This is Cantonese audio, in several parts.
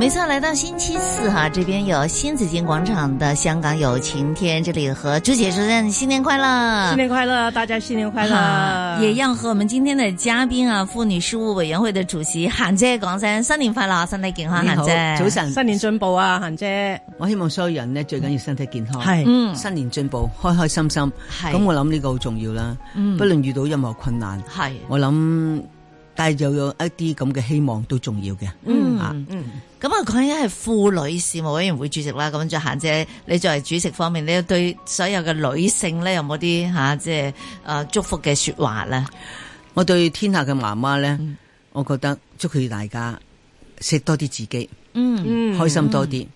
没错，来到星期四哈，这边有新紫金广场的香港有晴天，这里和朱姐主任新年快乐，新年快乐，大家新年快乐！啊也要和我们今天的嘉宾啊，妇女事务委员会的主席嫻姐講聲新年快樂，身體健康，你好，嫻姐。早晨，新年進步啊，嫻姐我希望所有人咧最緊要身體健康，係嗯新年進步，開開心心。係咁我諗呢個好重要啦。嗯不論遇到任何困難，係我諗但係又有一啲咁嘅希望都重要嘅。嗯啊嗯，咁啊，佢應該係婦女事務委員會主席啦。咁就嫻姐，你作為主席方面，你對所有嘅女性咧有冇啲吓即係誒祝福嘅説話咧？我對天下嘅媽媽咧嗯，我覺得祝佢大家食多啲自己，嗯，嗯開心多啲，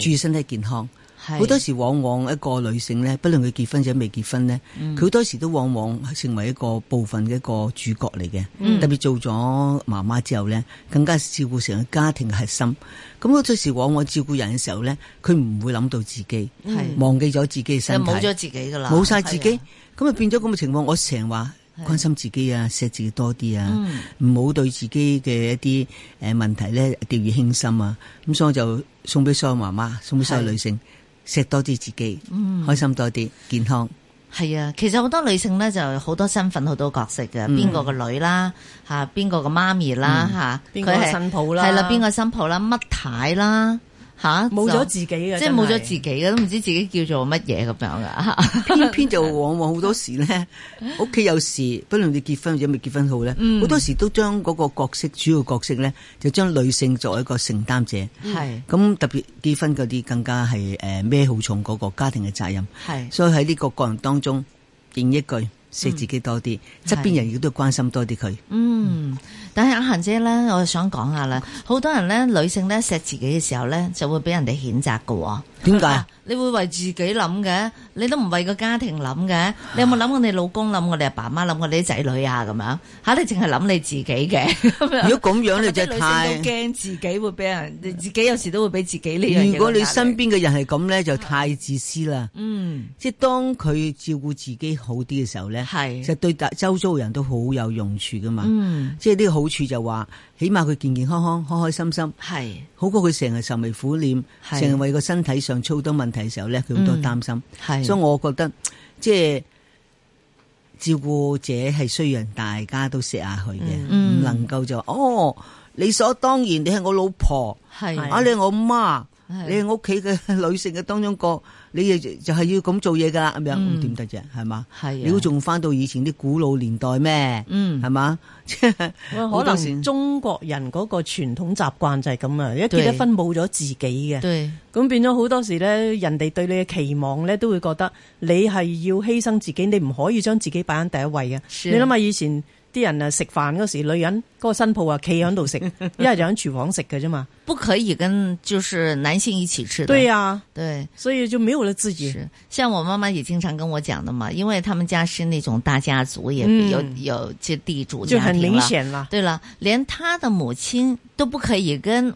注意係身體健康。係好多時往往一個女性咧，不論佢結婚或者未結婚咧，嗯佢好、多時都往往成為一個部分嘅一個主角嚟嘅。嗯特別做咗媽媽之後咧，更加照顧成個家庭嘅核心。咁好多時往往照顧人嘅時候咧，佢唔會諗到自己，係忘記咗自己嘅就身體，嗯冇咗自己噶啦，冇晒自係己啊，咁啊變咗咁嘅情況。我成日話係關心自己啊，錫自己多啲啊，嗯唔好、對自己嘅一啲呃誒問題咧掉以輕心啊。咁所以我就送俾所有媽媽，送俾所有係女性，錫多啲自己，嗯開心多啲，健康。係啊，其實好多女性咧就好多身份、好多角色嗯嘅，邊個個女啦，嚇邊個個媽咪啦，嚇邊個佢係新抱啦係啦，邊個新抱啦，乜太啦，嚇冇咗就自己嘅，即係冇咗真自己嘅，都唔知自己叫做乜嘢咁樣噶。偏偏就往往好多時咧，屋企有事，不論你結婚或者未結婚好咧，好、多時都將嗰個角色主要角色咧，就將女性作為一個承擔者。係咁特別結婚嗰啲更加係誒孭好重嗰個家庭嘅責任，係所以喺呢個過程當中，認一句錫自己多啲，側邊人亦都關心多啲佢。嗯，但係阿嫻姐咧，我想講下啦，好多人咧女性咧錫自己嘅時候咧，就會俾人哋譴責嘅喎。點解？啊你會為自己諗嘅，你都唔為個家庭諗嘅。你有冇諗過你老公諗過你阿爸媽諗過你啲仔女啊？咁樣吓，你淨係諗你自己嘅。咁樣如果咁樣你即就係女太性都……驚自己會俾人，你自己有時都會俾自己呢樣嘢。如果你身，邊嘅人係咁咧，就太自私啦。嗯，即係當佢照顧自己好啲嘅時候咧，係其實對大周遭人都好有用處噶嘛。嗯，即係呢個好處就話，起碼佢健健康康、開開心心，係好過佢成日愁眉苦臉，係成日為個身體上操多問題嘅時候咧，佢好多擔心。嗯係，所以我覺得即係照顧者係需要人大家都錫下佢嘅，唔、嗯能夠就哦理所當然你係我老婆。係啊！你係我媽，係你係我屋企嘅女性嘅當中個，你就就係要咁做嘢噶啦，咁樣嗯咁點得啫？係嘛？係啊你都仲翻到以前啲古老年代咩？嗯係嘛？ 即係係好可多時能中國人嗰個傳統習慣就係咁啊，一對結咗婚冇咗自己啊嘅，對咁變咗好多時咧，人哋對你嘅期望咧都會覺得你係要犧牲自己，你唔可以將自己擺喺第一位嘅。是你諗下以前啲人啊食飯嗰時，女人嗰個新抱啊企喺 度食，一係就喺廚房食嘅啫嘛。不可以跟就是男性一起吃的。對啊，對。所以就沒有了自己。是，像我妈妈也经常跟我讲的嘛，因为他们家是那种大家族，也嗯有、有这地主就家很庭明了。顯啦。对了，连他的母亲都不可以跟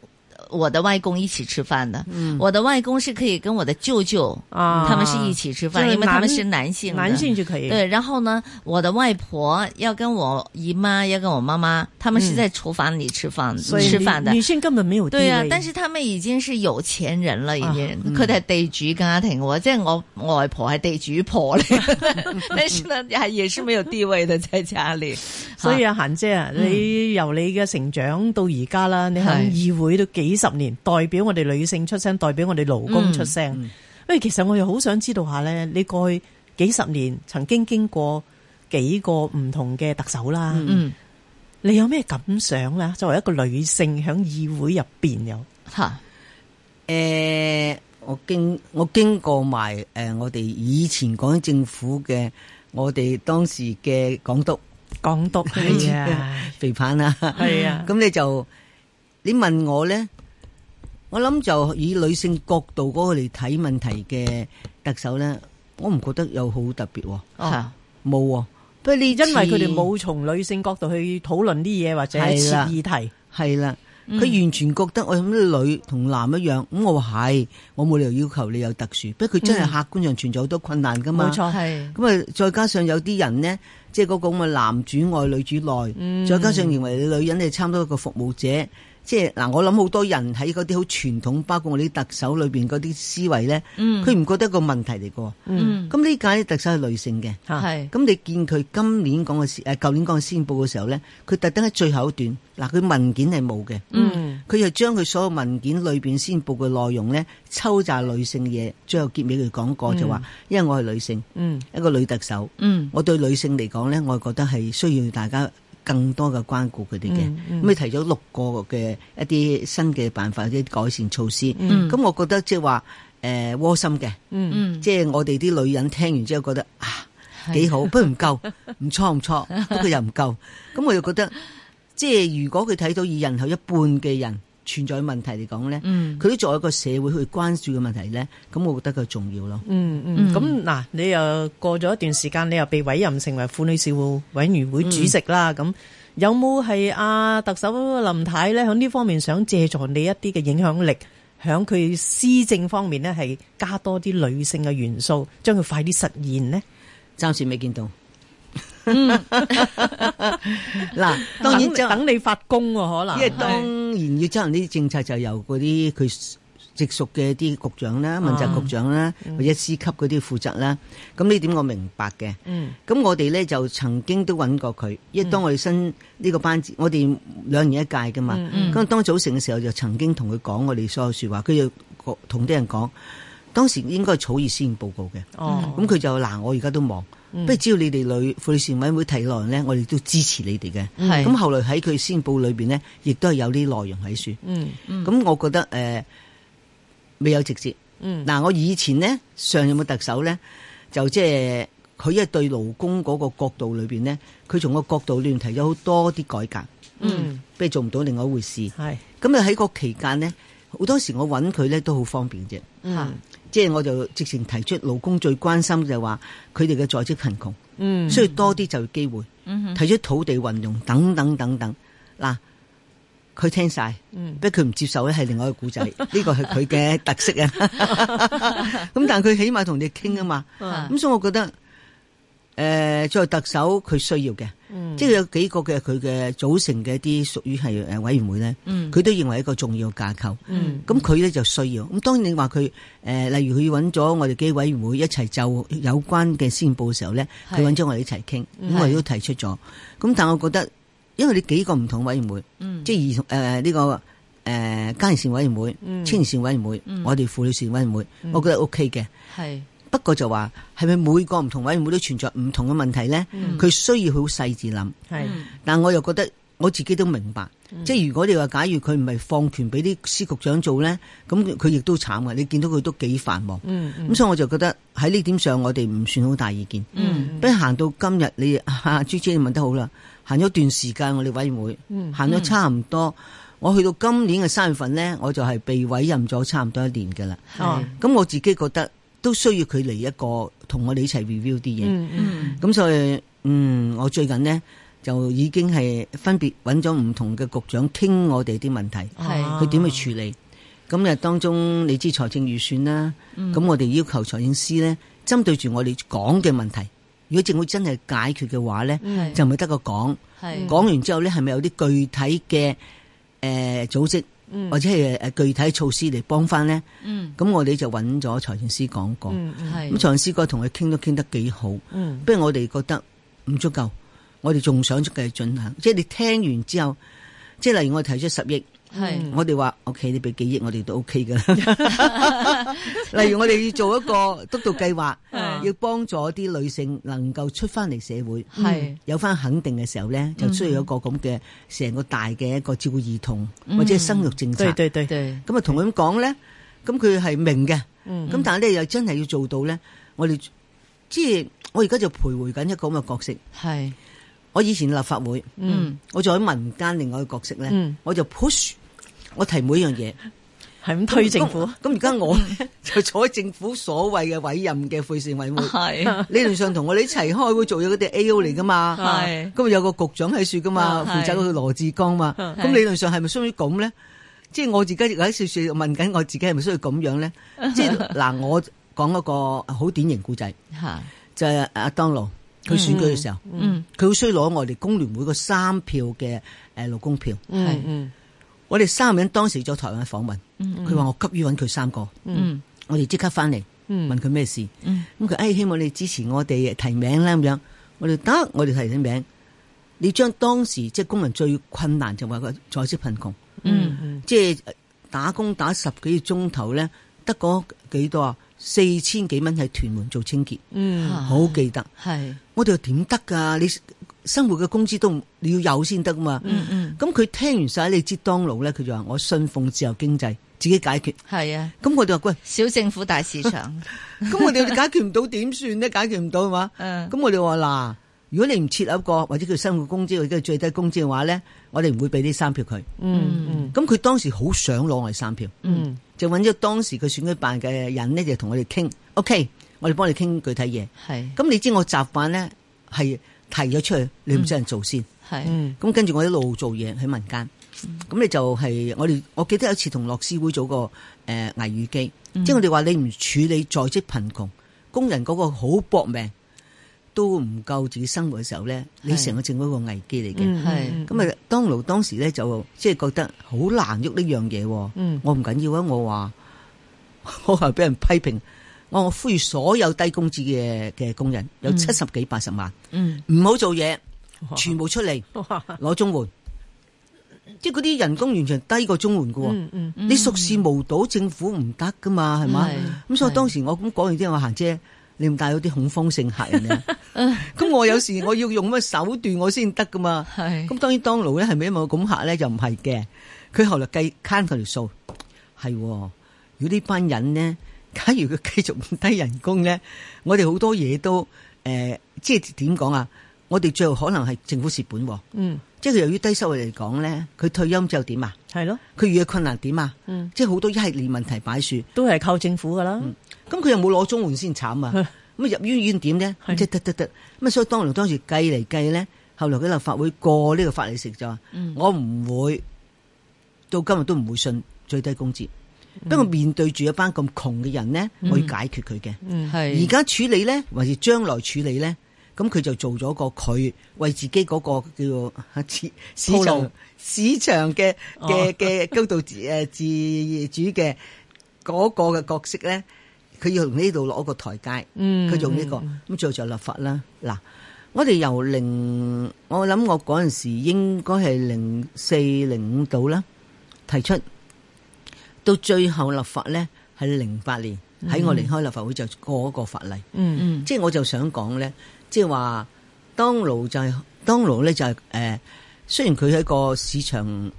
我的外公一起吃饭的。我的外公是可以跟我的舅舅，嗯啊他们是一起吃饭，就是因为他们男是男性的。男性就可以。对，然后呢，我的外婆要跟我姨妈，要跟我妈妈，他们是在厨房里吃饭、嗯所以嗯吃饭的女。女性根本没有地对位。啊，但是他們已經是有錢人啦，已嗯經啊佢哋係地主家庭喎，即係我外婆係地主婆咧， 但是呢，係也是沒有地位的在家裏。所以啊，嫻姐啊，你由你嘅成長到而家啦，你喺嗯係議會都幾十年，代表我哋女性出聲，代表我哋勞工出嗯聲。喂，其實我又好想知道下咧，你過去幾十年曾經經過幾個唔同嘅特首啦，嗯，你有咩感想咧？作為一個女性喺議會入邊有，嚇，誒，我經我經過埋誒我哋以前港英政府嘅，我哋當時嘅港督港督係啊， 肥棒啊，係啊，咁你就你問我咧，我諗就以女性角度嗰個嚟睇問題嘅特首咧，我唔覺得有好特別喎，嚇冇喎。不過呢因次，為佢哋冇從女性角度去討論啲嘢或者係啦設議題，係啦，佢完全覺得我諗女同男一樣，咁我話係，我冇理由要求你有特殊，不過佢真係客觀上存在好多困難噶嘛。冇錯係咁啊，再加上有啲人呢，即係嗰個咁嘅男主外女主內，再加上認為你女人係差唔多一個服務者，即係嗱，我諗好多人喺嗰啲好傳統，包括我哋啲特首裏面嗰啲思維呢，佢唔、覺得一個問題嚟嘅。嗯咁呢屆特首係女性嘅，嚇係咁你見佢今年講嘅事，誒舊年講嘅施政報告嘅時候呢，佢特登喺最後一段，嗱佢文件係冇嘅，嗯，佢就將佢所有文件裏邊先報嘅內容咧，抽查女性嘢，最後結尾佢講過就話，因為我係女性，嗯一個女特首，嗯我對女性嚟講咧，我覺得係需要大家更多嘅關顧佢哋嘅。咁、嗯你提咗六個嘅一啲新嘅辦法或者改善措施，咁、我覺得即係話誒窩心嘅，嗯即係我哋啲女人聽完之後覺得啊係幾好，不過 唔夠，唔錯唔錯，不過又唔夠。咁我又覺得，即係如果佢睇到以人口一半嘅人存在問題嚟講咧，佢、嗯都作為一個社會去關注嘅問題咧，咁我覺得佢重要咯。嗯嗯，咁嗱，你又過咗一段時間，你又被委任成為婦女事務委員會主席啦，咁、有冇係阿特首林太咧，喺呢方面想借助你一啲嘅影響力，響佢施政方面呢，係加多啲女性嘅元素，將佢快啲實現呢？暫時未見到。 嗱、當然等就等你發功喎，可能因為當然要執行呢啲政策，就由嗰啲佢直屬嘅啲局長啦、嗯問責局長啦，或者司級嗰啲負責啦。咁呢點我明白嘅。嗯嗯咁我哋咧就曾經都揾過佢，因為當我哋新呢個班子，我哋兩年一屆噶嘛。咁、當組成嘅時候，就曾經同佢講我哋所有説話，佢就同啲人講，當時應該係草擬施政報告嘅。哦，嗯咁佢就嗱，我而家都忙，不過只要你哋女婦女事務委員會提內咧，我哋都支持你哋嘅。係咁後來喺佢先報裏邊咧，亦都係有啲內容喺書。嗯咁我覺得誒、呃未有直接。嗯嗱，我以前呢，上任嘅特首咧，就即係佢一對勞工嗰個角度裏邊咧，佢從個角度裏邊提咗好多啲改革，嗯，不過做唔到另外一回事。係咁啊喺個期間咧，好多時我揾佢咧都好方便啫。嚇即係我就直情提出勞工最關心就係話佢哋嘅在職貧窮，嗯需要多啲就業機會，提出土地運用等等等等。嗱，佢聽晒，不過佢唔接受咧係另外一個故仔，呢個係佢嘅特色啊。咁但係佢起碼同你傾啊嘛，嗯咁所以我覺得。誒、作為特首佢需要嘅，即係有幾個嘅佢嘅組成嘅一啲屬於係呃誒委員會咧，佢、都認為一個重要架構。咁佢咧就需要。咁當然你話佢誒，例如佢揾咗我哋基委員會一齊就有關嘅先報嘅時候咧，係佢揾咗我哋一齊傾，咁我哋都提出咗。咁但係我覺得，因為你幾個唔同委員會，嗯即係兒童誒呢個。誒家庭事務委員會、嗯青年事務委員會，我哋婦女事務委員會，我覺得 O K 嘅。係不過就話係咪每個唔同委員會都存在唔同嘅問題咧？佢、需要好細緻諗。係但我又覺得我自己都明白，嗯即係如果你話假如佢唔係放權俾啲司局長做咧，咁佢佢亦都慘嘅。你見到佢都幾繁忙，咁、嗯所以我就覺得喺呢點上我哋唔算好大意見。嗯不過行到今日，你啊朱姐你問得好啦，行咗段時間我哋委員會，嗯行咗差唔多，我去到今年嘅三月份咧，我就係被委任咗差唔多一年㗎啦。哦係咁我自己覺得都需要佢嚟一個同我哋一齊 review 啲嘢。嗯嗯嗯咁所以，嗯，我最近呢，就已經係分別揾咗唔同嘅局長傾我哋啲問題，啊係佢點去處理。咁啊，當中你知財政預算啦，咁、我哋要求財政司呢，針對住我哋講嘅問題，如果政府真係解決嘅話呢，係就唔係得個講，嗯係講完之後呢，係咪有啲具體嘅誒、呃、組織、或者係誒具體措施嚟幫翻呢？嗯咁我哋就揾咗財政司講過。係咁上司哥同佢傾都傾得幾好，嗯不過我哋覺得唔足夠，我哋仲想繼續進行。即係你聽完之後，即係例如我提出十億，係我哋話 OK，你俾幾億我哋都 OK 噶啦。例如我哋要做一個督導計劃，要幫助啲女性能夠出翻嚟社會。係有翻肯定嘅時候咧，就需要一個咁嘅成個大嘅一個照顧兒童或者係生育政策。對對對，對咁啊同佢咁講咧，咁佢係明嘅，咁、嗯但係咧又真係要做到咧，我哋即係我而家就徘徊緊一個咁嘅角色，係我以前立法會，嗯我做喺民間另外嘅角色咧，嗯我就 push，我提每樣嘢。系咁推政府咁。咁而家我 呢就坐喺政府所謂嘅委任嘅會善委會。係理論上同我哋一齊開會做嘢嗰啲 A.O. 嚟噶嘛，嗯係咁啊有個局長喺處噶嘛，啊負責嗰個羅志剛嘛，嗯咁理論上係咪需要咁咧？即係我自己而家喺處處問緊我自己係咪需要咁 樣咧？即係嗱，我講一個好典型故仔，嚇，就係阿當勞佢選舉嘅時候，嗯佢好需要攞我哋工聯會個三票嘅誒勞工票，嗯嗯我哋三個人當時做台灣訪問，佢話我急於揾佢三個，嗯我哋即刻翻嚟嗯問佢咩事。嗯咁佢誒希望你支持我哋提名啦咁樣，我哋得，我哋提你名。你將當時即係工人最困難就話個在職貧窮，嗯嗯即係打工打十幾個鐘頭咧，得嗰幾多啊？四千幾蚊喺屯門做清潔，嗯啊好記得。係我哋又點得㗎？你生活嘅工資都唔你要有先得㗎嘛。嗯嗯咁佢、聽完晒你知當勞咧，佢就話我信奉自由經濟，自己解決。係啊，咁我哋話喂， 小政府大市場，咁我哋解決唔到點算咧？解決唔到係嘛？ 嗯咁我哋話嗱，如果你唔設立一個或者叫生活工資或者叫最低工資嘅話咧，我哋唔會俾呢三票佢。嗯咁佢當時好想攞我哋三票，嗯就揾咗當時佢選舉辦嘅人咧，就同我哋傾。OK，我哋幫你傾具體嘢。 係咁你知我習慣咧係提咗出去，你唔使人做先。係嗯咁跟住我一路做嘢喺民間，咁你就係我哋，我記得有一次同樂施會做個誒危語機，嗯即係我哋話你唔處理在職貧窮工人嗰個好搏命，都唔夠自己生活嘅時候咧，你係成個政府一個危機嚟嘅。嗯咁啊，當勞當時咧就即係覺得好難喐呢樣嘢喎。嗯我唔緊要啊，我話 我係俾人批評，我話我呼籲所有低工資嘅嘅工人有七十幾八十萬，嗯唔好做嘢，全部出嚟。哇攞綜援，即係嗰啲人工完全低過綜援嘅喎。嗯嗯你熟視無睹，政府唔得噶嘛，係嘛？嗯係咁所以係當時我咁講完之後，我行姐，你唔帶有啲恐慌性嚇人啊？ 咁我有時我要用乜手段我先得噶嘛？係咁當然當勞咧係咪因為我咁嚇咧？就唔係嘅，佢後來計慳佢條數，係喎如果呢班人咧，假如佢繼續唔低人工咧，我哋好多嘢都誒、呃即係點講啊？我哋最後可能係政府蝕本喎。嗯即係由於低收入嚟講咧，佢退休之後點啊？系咯，佢遇嘅困難點啊？嗯即係好多一系列問題擺樹，都系靠政府噶啦，咁佢又冇攞綜援先慘啊！咁啊入醫院點咧？嗯係即係得得得，咁啊所以當年當時計嚟計咧，後來嘅立法會過呢個法例食就話，嗯我唔會到今日都唔會信最低工資。嗯不過面對住一班咁窮嘅人咧，我要解決佢嘅。係而家處理咧，還是將來處理咧？咁佢就做咗個佢為自己嗰個叫做啊市市鋪路場市場嘅哦嘅嘅高度自誒自主嘅嗰個嘅角色咧，佢要從呢度攞個台階，嗯佢用呢個咁最後就立法啦。嗱，我哋由零，我諗我嗰陣時應該係零四零五度啦，提出到最後立法咧係零八年喺我離開立法會就過一個法例。嗯嗯即係我就想講咧，即係話當勞就係、當勞咧就係、誒、雖然佢係一個市場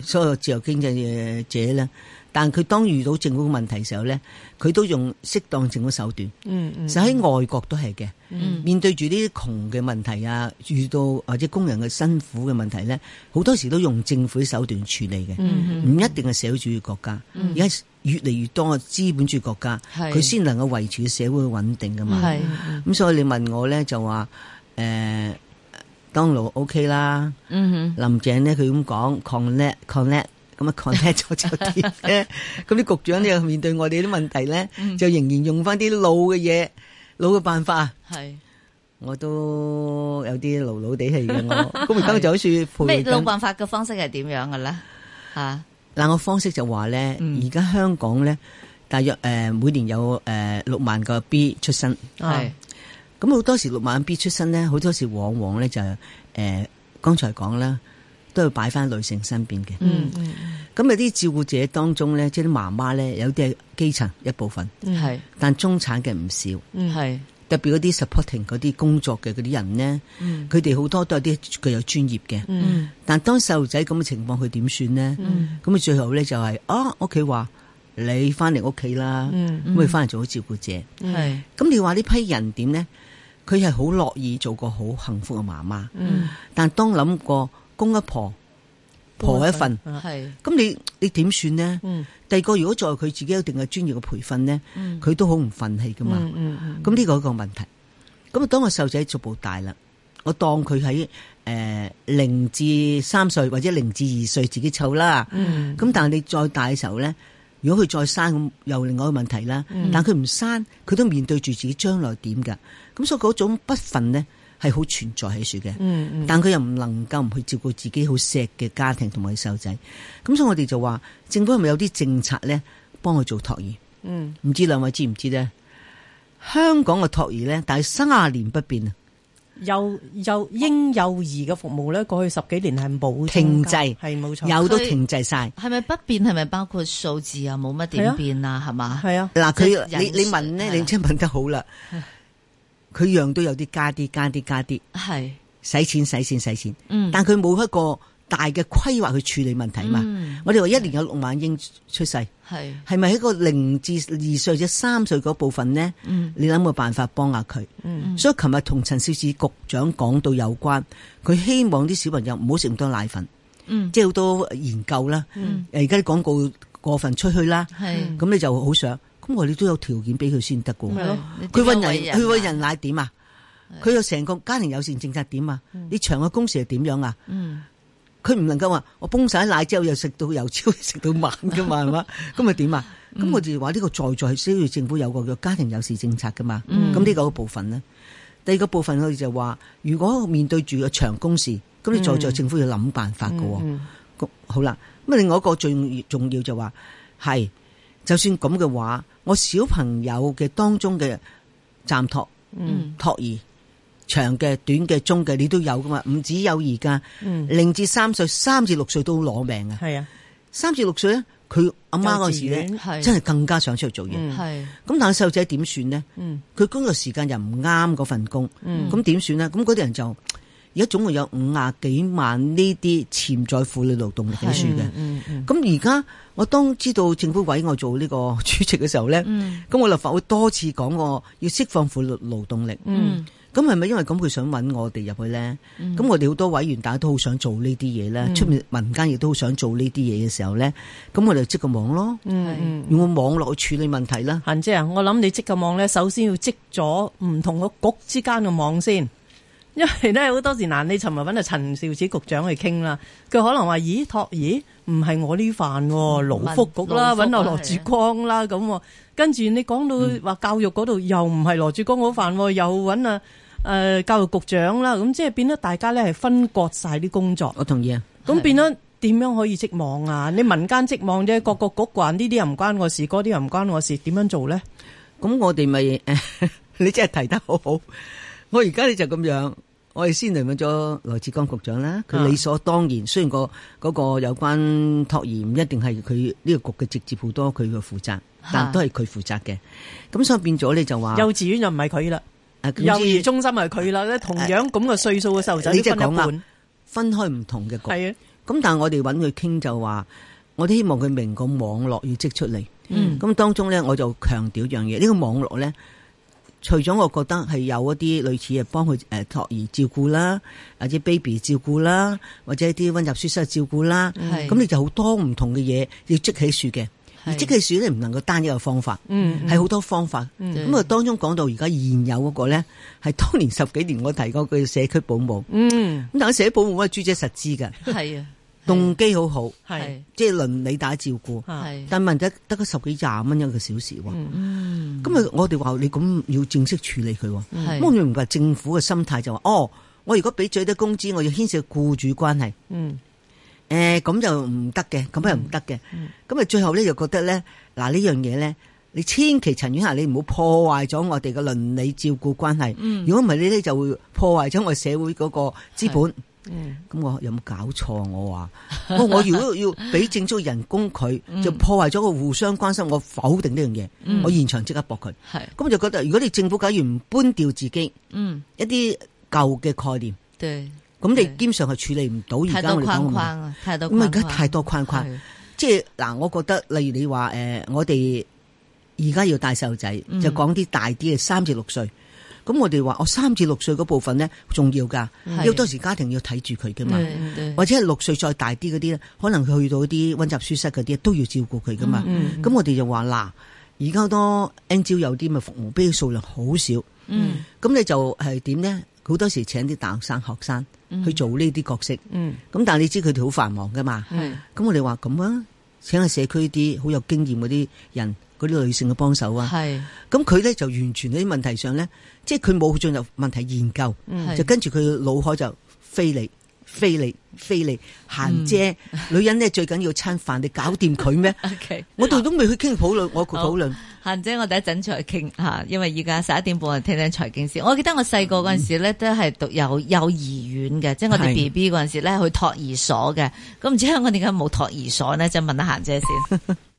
所有自由經濟者咧，但佢當遇到政府嘅問題嘅時候咧，佢都用適當政府手段。嗯嗯就喺外國都係嘅，嗯面對住呢啲窮嘅問題啊，遇到或者工人嘅辛苦嘅問題咧，好多時都用政府手段處理嘅，唔、嗯一定係社會主義國家。而家、越嚟越多資本主義國家，係佢先能夠維持社會嘅穩定噶嘛。係咁所以你問我咧就話誒、呃，當勞 OK 啦，嗯林鄭咧佢咁講 connect connect。咁啊 connect 咗就啲咧，咁啲局長咧面對我哋啲問題咧，嗯就仍然用翻啲老嘅嘢、老嘅辦法，哼係我都有啲老老地氣嘅 我。咁而家就好似陪咩老緊辦法嘅方式係點樣嘅咧？嚇嗱，我方式就話咧，嗯而家香港咧，大約誒、呃每年有誒六萬個 B 出生。係咁好多時六萬 B 出身咧，好多時往往咧就誒、呃，剛才講啦，都要擺翻女性身邊嘅。嗯咁有啲照顧者當中咧，即係啲媽媽咧，有啲係基層一部分，係但中產嘅唔少。係特別嗰啲 supporting 嗰啲工作嘅嗰啲人咧，嗯佢哋好多都有啲具有專業嘅。嗯但當細路仔咁嘅情況，佢點算咧？嗯咁啊，最後咧就係、啊，屋企話你翻嚟屋企啦，嗯咁佢翻嚟做好照顧者。係咁你話呢批人點咧？佢係好樂意做個好幸福嘅媽媽。嗯，但當諗過公一婆，婆一份，啊係咁你你點算呢？嗯第二個如果作為佢自己有一定嘅專業嘅培訓呢，嗯佢都好唔忿氣噶嘛。嗯嗯咁呢個一個問題。咁啊，當個細路仔逐步大啦，我當佢喺誒零至三歲或者零至二歲自己湊啦。咁、嗯但係你再大嘅時候咧，如果佢再生咁，又另外一個問題啦。嗯但佢唔生，佢都面對住自己將來點㗎。咁所以嗰種不忿咧係好存在喺處嘅。嗯嗯但佢又唔能夠唔去照顧自己好錫嘅家庭同埋細路仔。咁所以我哋就話，政府係咪有啲政策咧幫佢做托兒？嗯唔知兩位知唔知咧？香港嘅托兒咧，但係三年不變啊，嗯，幼幼嬰幼兒嘅服務咧，過去十幾年係冇停滯係冇錯，有都佢停滯晒。係咪不變？係咪包括數字啊？冇乜點變啊？係嘛？係啊，嗱，即佢係人你你問係咧，啦你真係問 得好啦。佢樣都有啲加啲加啲加啲，係使錢使錢使錢，嗯但佢冇一個大嘅規劃去處理問題嘛。嗯我哋話一年有六萬嬰出世，係係咪喺個零至二歲或者三歲嗰部分呢？嗯你諗個辦法幫下佢。所以琴日同陳肇始局長講到有關，佢希望啲小朋友唔好食咁多奶粉，嗯即係好多研究啦。嗯誒而家啲廣告過分出去啦，係咁你就好想，咁我哋都有條件俾佢先得㗎咪喎。咯嗯你點佢樣揾為人，佢揾啊人奶點啊？佢有成個家庭友善政策點啊？你長嘅工時係點樣啊？嗯佢唔能夠話我崩晒奶之後又食到由朝食到晚噶嘛，係嘛？咁咪點啊？咁我哋話呢個在在係需要政府有個叫家庭友善政策噶嘛。咁呢個部分咧，第二個部分我哋就話，如果面對住個長工時，咁你在在政府要諗辦法噶喎。嗯咁好啦，咁另外一個最重要就話係，就算咁嘅話，我小朋友嘅當中嘅暫托、嗯托兒、長嘅、短嘅、中嘅，你都有噶嘛？唔止有而家嗯，零至三歲、三至六歲都攞命啊！係啊，三至六歲咧，佢阿媽嗰陣時咧幼稚，園真係更加想出去做嘢。咁、嗯係但係細路仔點算呢？嗯佢工作時間又唔啱嗰份工，咁點算呢？咁嗰啲人就而家總共有五廿幾萬呢啲潛在婦女勞動力喺處嘅。嗯嗯咁而家我當知道政府委我做呢個主席嘅時候咧，咁、嗯我立法會多次講過要釋放婦女勞動力。嗯咁係咪因為咁佢想揾我哋入去咧？嗯咁、我哋好多委員大家都好想做呢啲嘢咧，出、面民間亦都好想做呢啲嘢嘅時候咧，咁我哋即個網咯，嗯嗯。用個網絡去處理問題啦。嫻姐啊，我諗你織嘅網咧，首先要織咗唔同個局之間嘅網先，因為咧好多時嗱，你尋日揾阿陳肇始局長去傾啦，佢可能話：咦，托兒唔係我呢範喎，勞福局啦，勞福啊揾阿羅志光啦咁喎，跟住你講到話教育嗰度又唔係羅志光嗰範喎，又揾啊誒教育局長啦，咁即係變咗大家咧係分割晒啲工作。我同意啊。咁係變咗點樣可以織網啊？你民間織網啫，各個局話呢啲又唔關我事，嗰啲又唔關我事，點樣做咧？咁我哋咪 你真係提得好好。我而家你就咁樣，我哋先嚟問咗羅志剛局長啦。佢啊理所當然，雖然個嗰個有關托兒唔一定係佢呢個局嘅直接好多佢嘅負啊責，但都係佢負責嘅。咁所以變咗咧就話，幼稚園又唔係佢啦，啊總之幼兒中心係佢啦，咧同樣咁嘅歲數嘅細路仔你都即係分一講啦半，分開唔同嘅局。係啊，咁但係我哋揾佢傾就話，我哋希望佢明個網絡要織出嚟。嗯咁當中咧，我就強調一樣嘢，呢、個網絡咧，除咗我覺得係有一啲類似係幫佢誒托兒照顧啦，或者 baby 照顧啦，或者一啲温習書室照顧啦，嗯係咁你就好多唔同嘅嘢要積起樹嘅，而積起樹咧唔能夠單一個方法，嗯係好多方法。咁啊，當中講到而家現有嗰個咧，係當年十幾年我提過佢社區保姆，嗯，咁但係社區保姆係朱姐實知㗎，係啊動機好好，係係即係倫理大家照顧。啊係但問得得個十幾廿蚊一個小時喎，嗯咁啊我哋話你咁要正式處理佢喎，係咁我明白政府嘅心態就話，哦，我如果俾最低工資，我要牽涉僱主關係，嗯誒咁就唔得嘅，咁又唔得嘅，咁啊最後咧就覺得咧，嗱呢樣嘢咧，你千祈陳婉霞你唔好破壞咗我哋嘅倫理照顧關係，如果唔係你咧就會破壞咗我社會嗰個資本。嗯咁我有冇搞錯？我話我我如果要俾正租人工佢，就破壞咗個互相關心，我否定呢樣嘢，我現場即刻駁佢。係咁我就覺得，如果你政府假如唔搬掉自己嗯一啲舊嘅概念，對，咁對你兼上係處理唔到而太家多我哋講框嘅問框啊，太多題。咁而框家框太多框框，係即係嗱，我覺得例如你話誒、嗯呃我哋而家要帶細路仔，就講啲大啲嘅三至六歲。咁我哋話哦，三至六歲嗰部分咧重要㗎，係因為當時家庭要睇住佢㗎嘛。對對或者係六歲再大啲嗰啲咧，可能佢去到啲温習書室嗰啲都要照顧佢噶嗯嘛。咁、我哋就話嗱，而家好多 N 招有啲咪服務，俾嘅數量好少。咁、嗯你就係點咧？好多時請啲大學生、學生嗯去做呢啲角色。咁、嗯但係你知佢哋好繁忙噶嘛。嗯係咁我哋話咁啊，請下社區啲好有經驗嗰啲人，嗰啲女性嘅幫手啊。係咁佢咧就完全喺問題上咧，即係佢冇進入問題研究，嗯？就跟住佢腦海就飛嚟飛嚟飛嚟行啫。女人咧最緊要餐飯，你搞掂佢咩 OK。 我哋都未去傾討論，我個好討論嫻姐，我哋一陣再傾嚇，因為而家十一點半，我哋啊聽聽財經先。我記得我細個嗰陣時咧，都係讀幼幼兒園嘅，即係我哋係 B B 嗰陣時咧去托兒所嘅。咁唔知香港點解冇托兒所呢？就問下嫻姐先。